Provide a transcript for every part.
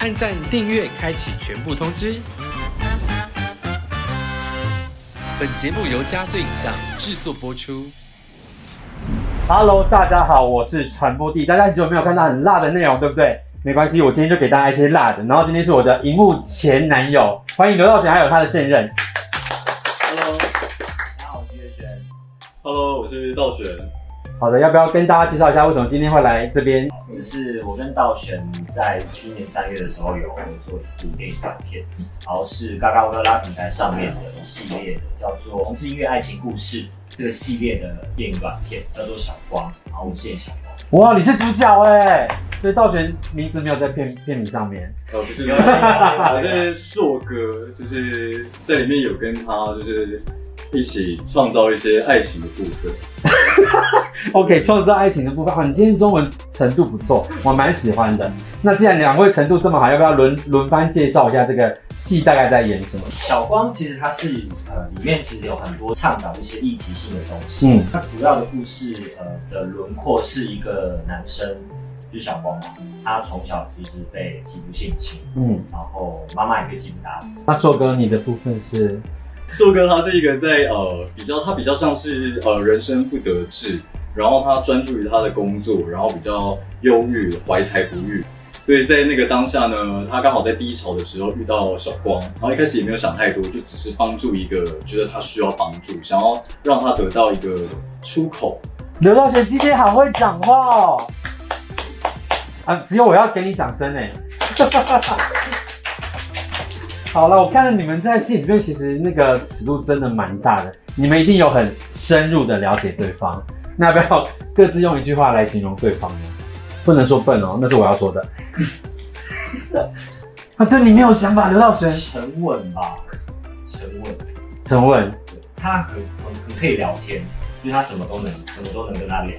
按赞、订阅、开启全部通知。本节目由加速影像制作播出。 Hello，大家好，我是传播帝。大家很久没有看到很辣的内容，对不对？没关系，我今天就给大家一些辣的。然后今天是我的荧幕前男友，欢迎刘道玄还有他的现任。 Hello，大家好，我是岳轩。Hello，我是道玄。好的，要不要跟大家介绍一下为什么今天会来这边？就是我跟道玄在今年三月的时候有做一部电影短片，然后是嘎嘎乌拉拉平台上面的系列的，叫做《同志音乐爱情故事》这个系列的电影短片，叫做《小光》，然后我饰演小光。哇，你是主角哎、所以道玄名字没有在片片名上面。呃，不 是，我啊是硕哥，就是嗯在里面有跟他就是一起创造一些爱情的部分。 OK，创造爱情的部分，哇，你今天中文程度不错，我蛮喜欢的。那既然两位程度这么好，要不要轮轮番介绍一下这个戏大概在演什么？小光其实它是呃里面其实有很多倡导一些议题性的东西。嗯，它主要的故事呃的轮廓是一个男生，就是小光嘛，他从小就是被欺负性侵，嗯，然后妈妈也被欺负打死。那硕哥你的部分是硕哥他是一个在呃比较，他比较像是呃人生不得志，然后他专注于他的工作，然后比较忧郁，怀才不遇。所以在那个当下呢，他刚好在低潮的时候遇到小光，然后一开始也没有想太多，就只是帮助一个觉得他需要帮助，想要让他得到一个出口。 刘道玄今天好会讲话哦！啊，只有我要给你掌声哎！ 好了，我看了你们在戏里面，其实那个尺度真的蛮大的，你们一定有很深入的了解对方。那要不要各自用一句话来形容对方呢？不能说笨哦，那是我要说的。 他对你没有想法，刘道玄。沉稳吧，沉稳。陈问，对他很很很可以聊天，就是他什么都能，什么都能跟他聊。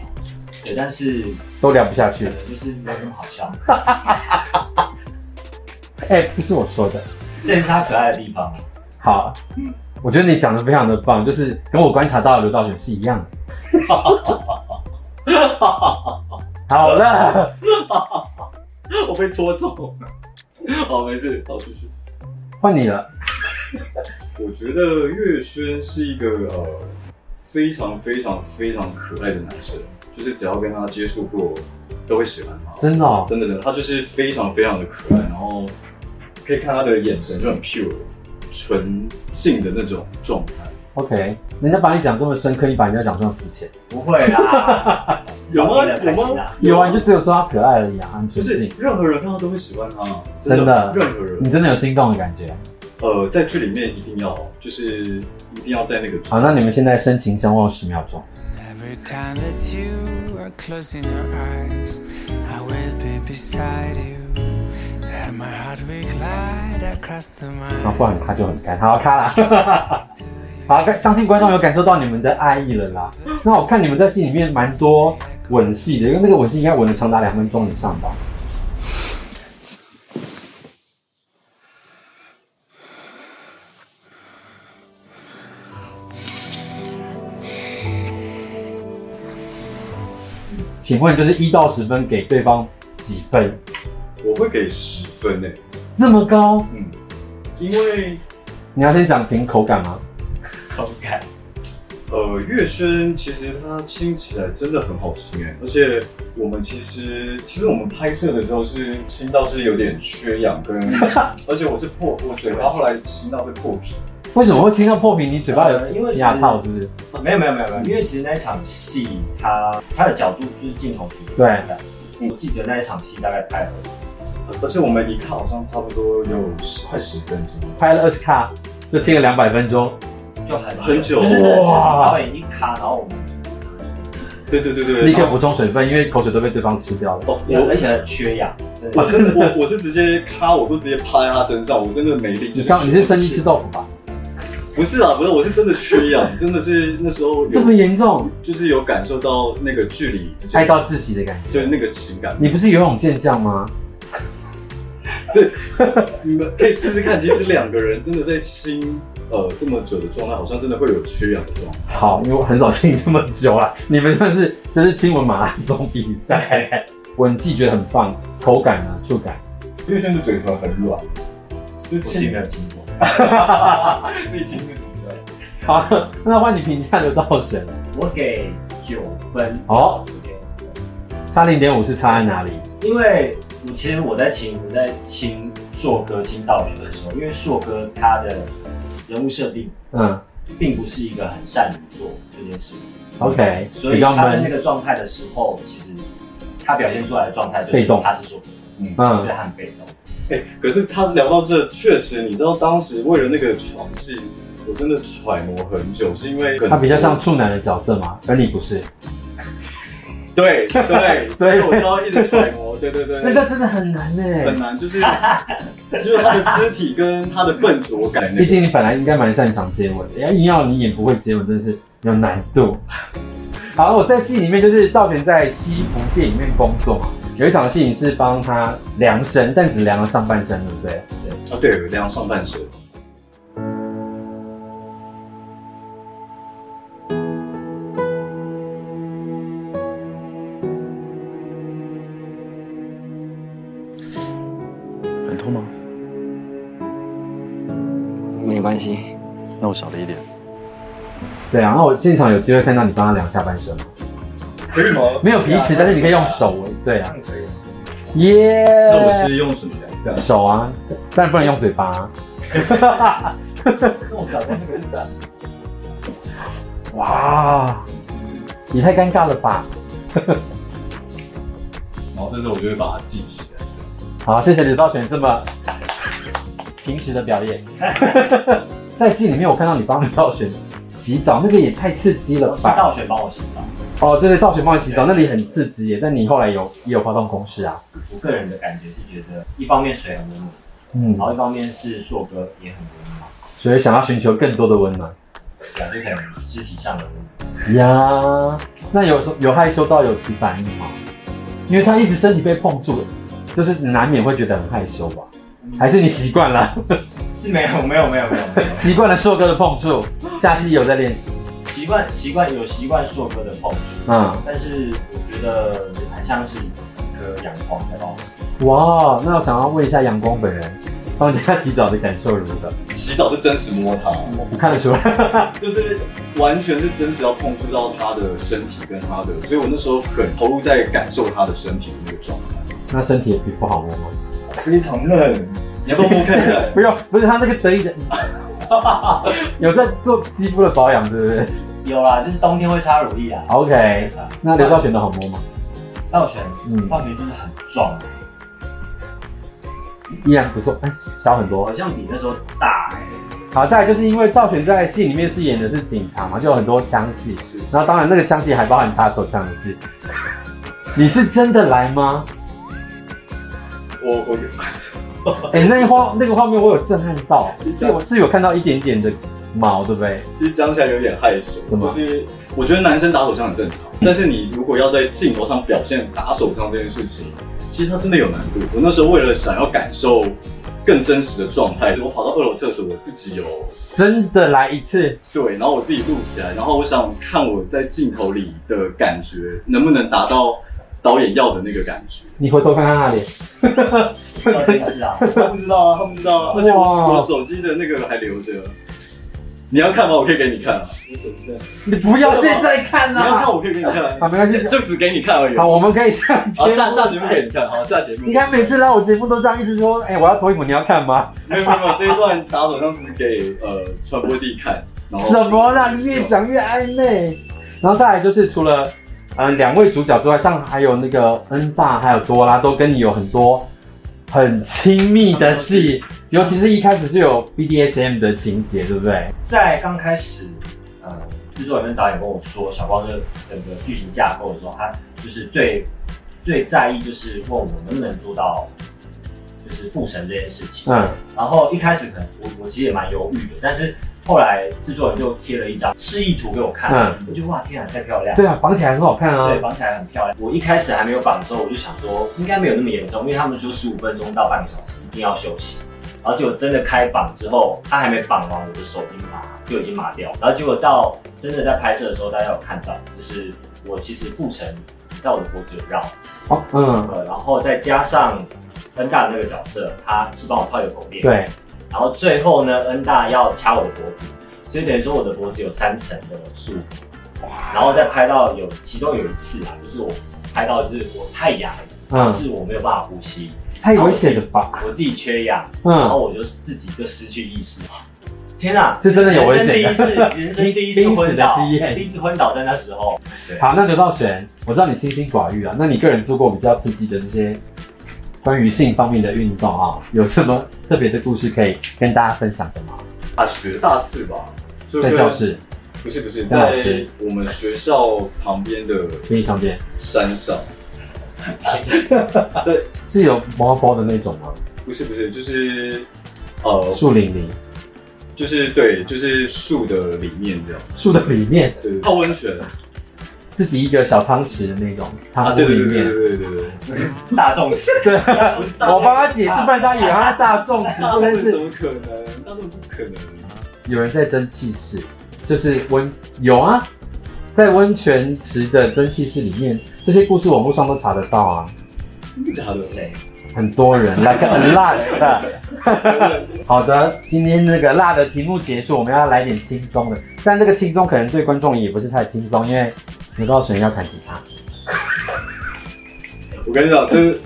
对，但是都聊不下可去。能就是没有那么好笑，哎、不是我说的。这也是他可爱的地方。好，我觉得你讲的非常的棒，就是跟我观察到的刘道玄是一样的。 好了，我被戳中了。 好，没事，好，继续。换你了。我觉得月轩是一个呃非常非常非常可爱的男生，就是只要跟他接触过，都会喜欢他。真的、哦，真的真的，他就是非常非常的可爱，然后可以看他的眼神就很 pure，纯性的那种状态。 OK，人家把你讲这么深刻，你把人家讲这么肤浅，不会啦， 有吗少一点开心啦。有啊，你就只有说他可爱而已啊，安就全是性。任何人看到都会喜欢他，真的啊任何你人。真的有心动的感觉。呃，在剧里面一定要，就是一定要在那个好，那你们现在深情相望十秒钟。 Every time that you are closing your eyes, I will be beside you. And my heart will glide across the 然后不然他 miles. 就很干，好咔啦。 好，相信观众有感受到你们的爱意了啦。那我看你们在戏里面蛮多吻戏的，因为那个吻戏应该吻了长达两分钟以上吧。请问，就是一到十分给对方几分？我会给十分诶、这么高？嗯，因为你要先讲凭口感吗？口感，呃，月轩其实它亲起来真的很好亲哎、而且我们其实其实我们拍摄的时候是亲到是有点缺氧 跟，而且我是破我嘴巴后来亲到会破皮，为什么会亲到破皮？你嘴巴有呃因为其实牙套是不是？没有没有没有没有，因为其实那一场戏，它它的角度就是镜头提对的。嗯我记得那一场戏大概拍了而且我们一看好像差不多有十快十分钟，拍了二十卡，就亲了两百分钟。就很很久就是真的是哇导演一卡，然后我们对对对对，立刻然后补充水分，因为口水都被对方吃掉了。哦有而我。且很缺氧，真我的啊真 的，我我是直接咔，我都直接趴在他身上，我真的没力。就你刚你是生鸡吃？豆腐吧？不是啊，不是，我是真的缺氧，真的是那时候这么有，严重，就是有感受到那个距离，爱到窒息的感觉。对那个情感。你不是游泳健将吗？你们可以试试看，其实两个人真的在亲呃这么久的状态，好像真的会有缺氧的状态。好，因为我很少亲这么久啦。 你们算是就是亲吻马拉松比赛，吻技觉得很棒，口感啊，触感。月轩的嘴唇很软，就我自己亲没有听过。最近是几个？好，那换你评价刘道神，我给九分。哦对，差零点五是差在哪里？因为我其实我在听我在听硕哥听道学的时候，因为硕哥他的人物设定嗯并不是一个很善于做这件事， ，OK，所比以较他的那闷，个状态的时候，其实他表现出来的状态就是被动他是硕哥，嗯就是嗯，他很被动。哎、可是他聊到这，确实，你知道当时为了那个床戏，我真的揣摩很久，是因为他比较像处男的角色嘛，而你不是，对对，所所以以我就要一直揣摩，对对 对，那个真的很难欸很呢。难，就是就是他的肢体跟他的笨拙感，毕竟你本来应该蛮擅长接吻的，要硬要你演不会接吻，真的是有难度。好，我在戏里面就是道玄在西服店里面工作嘛，有一场戏你是帮他量身，但只量了上半身，对不对？啊，对，量上半 身。很痛吗？没关系，那我小了一点。对啊，然后我现场有机会看到你帮他量下半身吗？可以吗？没有彼此，但是你可以用手围。对啊，可以。耶、那我是用什么量？手啊，但不能用嘴巴、啊。那我找的那个是真哇，也太尴尬了吧！然后这时候我就会把它记起来。好，谢谢李道全这么平时的表演。在戏里面，我看到你帮李道全洗澡，那个也太刺激了的，是吧？道玄帮我洗澡。哦，对对，道全帮你洗澡，那里很刺激耶。但你后来有也有发动攻势啊？我个人的感觉是觉得，一方面水很温暖，嗯然，后一方面是硕哥也很温暖，所以想要寻求更多的温暖感觉可能肢体上的温暖。呀。那有时候有害羞到有起反应吗？因为他一直身体被碰触了，就是难免会觉得很害羞吧？还是你习惯了？是没有没有没有没有没有 习惯了硕哥的碰触，下次有在练习。习惯习惯有习惯硕哥的碰触，嗯，但是我觉得很像是一颗阳光在帮我洗哇，那我想要问一下阳光本人，帮人家洗澡的感受如何？洗澡是真实摸它，我看得出来，就是完全是真实要碰触到他的身体跟他的，所以我那时候很投入在感受他的身体的那个状态，那身体也皮肤好摸吗？非常嫩。你要不要摸看 看？不用，不是他那个得意的， 有在做肌肤的保养，对不对有啦，就是冬天会擦乳液啊。哦？OK，擦那刘少选的好摸吗？道玄，嗯，道玄就是很壮，依然不错，哎，小很我多好。像比那时候大哎、好，再来就是因为赵玄在戏里面饰演的是警察嘛，就有很多枪戏，然后当然那个枪戏还包含他手枪的戏。 你是真的来吗？ 我我哎、那一画那个画面我有震撼到，是我是有看到一点点的毛，对不对？其实讲起来有点害羞，怎么就是我觉得男生打手枪很正常，但是你如果要在镜头上表现打手枪这件事情，其实它真的有难度。我那时候为了想要感受更真实的状态，我跑到二楼厕所，我自己有真的来一次，对，然后我自己录起来，然后我想看我在镜头里的感觉能不能达到导演要的那个感觉。你回头看看那里，欸，电视 啊，他不知道啊，他不知道啊，而且哇我我手机的那个还留着。你要看吗？我可以给你看啊。我手机在你不要现在看你要看，啦、我可以给你看啊。好，没关系，就只给你看而已。好，我们可以哦上节好，目。下下节目给你看，好，下节目。你看每次来我节目都这样，一直说，哎、我要脱衣服，你要看吗？没有没有没有，这一段打手上只给呃传播地看，然后什么啦？你越讲越暧昧。然后再来就是除了嗯、呃两位主角之外，像还有那个恩大，还有多拉，都跟你有很多很亲密的戏，尤其是一开始是有 BDSM 的情节，对不对？在刚开始，呃，制作人跟导演跟我说，小光这整个剧情架构的时候，他就是最最在意，就是问我能不能做到，就是父神这件事情。嗯。然后一开始可能我我其实也蛮犹豫的，但是后来制作人就贴了一张示意图给我看，嗯我就哇天啊太漂亮，对啊，绑起来很好看啊对，。绑起来很漂亮。我一开始还没有绑的时候，我就想说应该没有那么严重，因为他们说十五分钟到半个小时一定要休息。然后结果真的开绑之后，他还没绑完，我的手已经麻就已经麻掉。然后结果到真的在拍摄的时候，大家有看到，就是我其实腹沉在我的脖子有绕，哦，嗯，呃，然后再加上恩大的那个角色，他是帮我泡一个狗链，对，然后最后呢，恩大要掐我的脖子，所以等于说我的脖子有三层的束缚。然后再拍到有，其中有一次啊，就是我拍到就是我太哑了，嗯导致我没有办法呼吸，太危险了吧？我自己缺氧，然后嗯，我就自己就失去意识。天啊，这真的有危险人生第一的。次，人生第一 次濒死昏倒的经，验第一次昏倒在那时候。好，那刘道玄，我知道你清心寡欲啊，那你个人做过比较刺激的这些关于性方面的运动啊，有什么特别的故事可以跟大家分享的吗？大学大四吧，就在跟教室不是不是跟老在师我们学校旁边的便利商店山上，是有包包的那种吗？不是不是就是呃树林里，就是对就是树的里面这样，树的里面，对泡温泉自己一个小汤匙的那种啊，汤屋对对里对对面。对对对对，大众吃，对，对 我帮他解释，不然大家以为他是大 众吃，那不认们识怎。么可能？那们不可能。有人在蒸汽室，就是温有啊，在温泉池的蒸汽室里面，这些故事网络上都查得到啊，真的假的？谁？很多人 like a lot。好的，今天那个辣的题目结束，我们要来点轻松的，但这个轻松可能对观众也不是太轻松，因为刘道玄要弹吉他。我跟你讲，这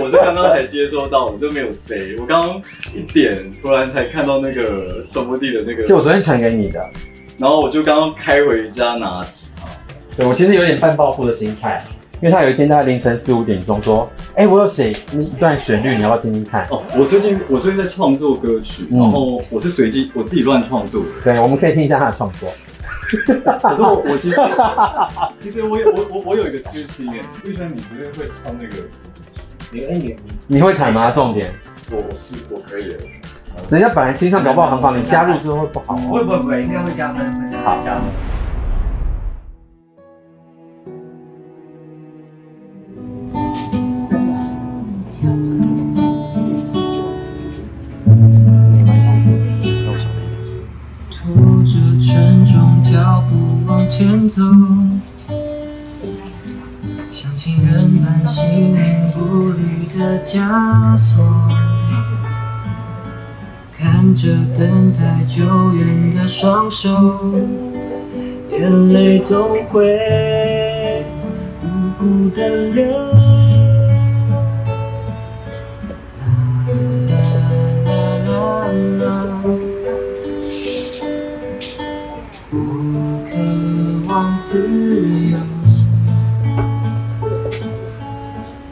我是刚刚才接收到，我就没有 say。我刚刚一点突然才看到那个传播地的那个，就我昨天传给你的，然后我就刚刚开回家拿吉他。对我其实有点半报复的心态，因为他有一天大概凌晨四五点钟说，哎、我有写一段旋律，你要不要听听看？哦，我最近我最近在创作歌曲，嗯然后我是随机我自己乱创作的。对，我们可以听一下他的创作。可是我我其实其实我有我我我有一个私心哎，为什么你不是会唱那个？你哎你你会弹吗？重点。我我是我可以的，人家本来经常搞不好很好，你加入之后会不好你哦。会不会不会应该会加分，会加分。没关系，那我小了一点。拖着沉重脚步往前走，像情人般形影不离的枷锁，看着等待救援的双手，眼泪总会无辜的流。啦啦啦啦啦我渴望自由。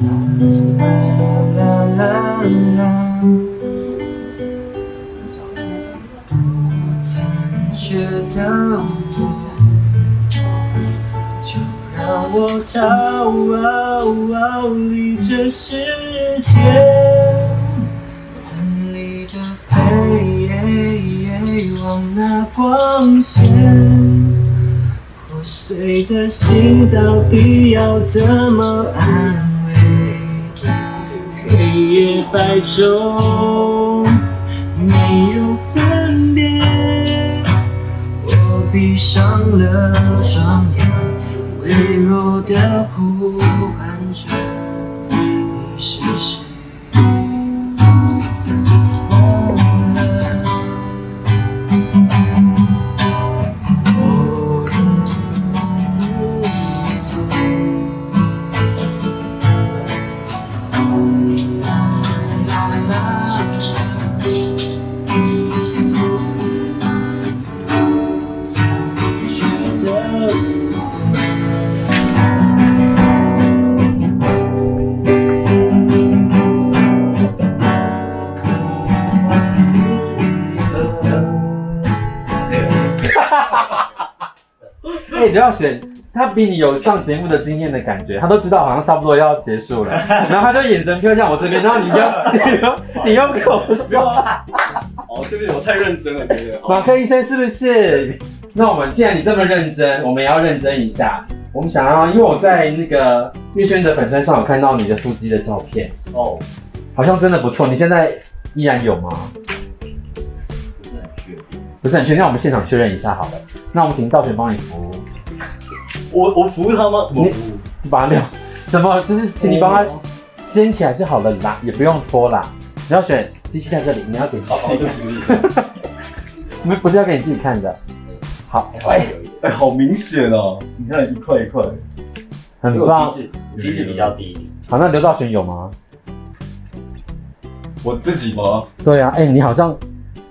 啦啦啦啦啦，多残缺的我，就让我逃离这世界，分离的飞往那光线。破碎的心到底要怎么安慰？黑夜白昼没有分别，我闭上了双眼，微弱的呼喊着你是谁？忘了。我渴望自由。啦啦啦，残缺的我。哎，刘耀选，他比你有上节目的经验的感觉，他都知道好像差不多要结束了，然后他就眼神飘向我这边，然后你又你又你又跟我说，哦，对不起，我太认真了，哦对不对？马好，克医生是不是？那我们既然你这么认真，我们也要认真一下。我们想要，因为我在那个玉轩的粉砖上有看到你的腹肌的照片，哦，好像真的不错。你现在依然有吗？不是很确定。不是很确定，那我们现场确认一下好了。那我们请道玄帮你服务。我我服务他吗？怎么服务？哦把它掉。什么？就是请你帮他掀起来就好了啦，也不用脱啦，只要选机器在这里，你要给机器看，你们不是要给你自己看的。好，哎，哎，好明显哦！你看一块一块，很因为我棒。体脂体脂比较低一点，好，那刘道玄有吗？我自己吗？对啊，哎、你好像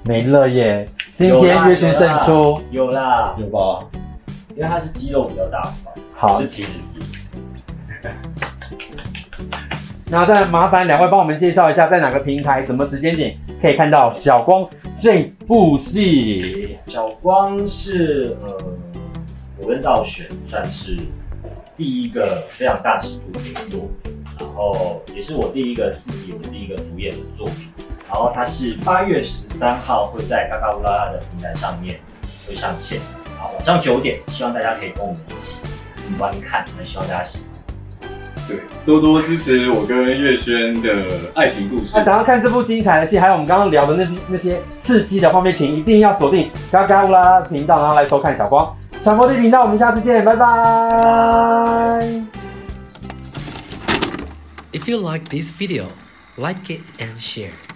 没了耶。今天月军胜出，有啦，有吧？因为它是肌肉比较大嘛，好是，体脂低。那再麻烦两位帮我们介绍一下，在哪个平台、什么时间点可以看到小光这部戏？小光是呃，我跟道玄算是第一个非常大尺度的一个作品，然后也是我第一个自己我第一个主演的作品，然后它是八月十三号会在嘎嘎乌拉拉的平台上面会上线，啊，晚上九点，希望大家可以跟我们一起观看，那希望大家喜欢。对，多多支持我跟月轩的爱情故事那。想要看这部精彩的戏，还有我们刚刚聊的那那些刺激的画面，请一定要锁定嘎嘎乌拉拉频道，然后来收看小光传播地频道。我们下次见，拜拜 If you like this video, like it and share.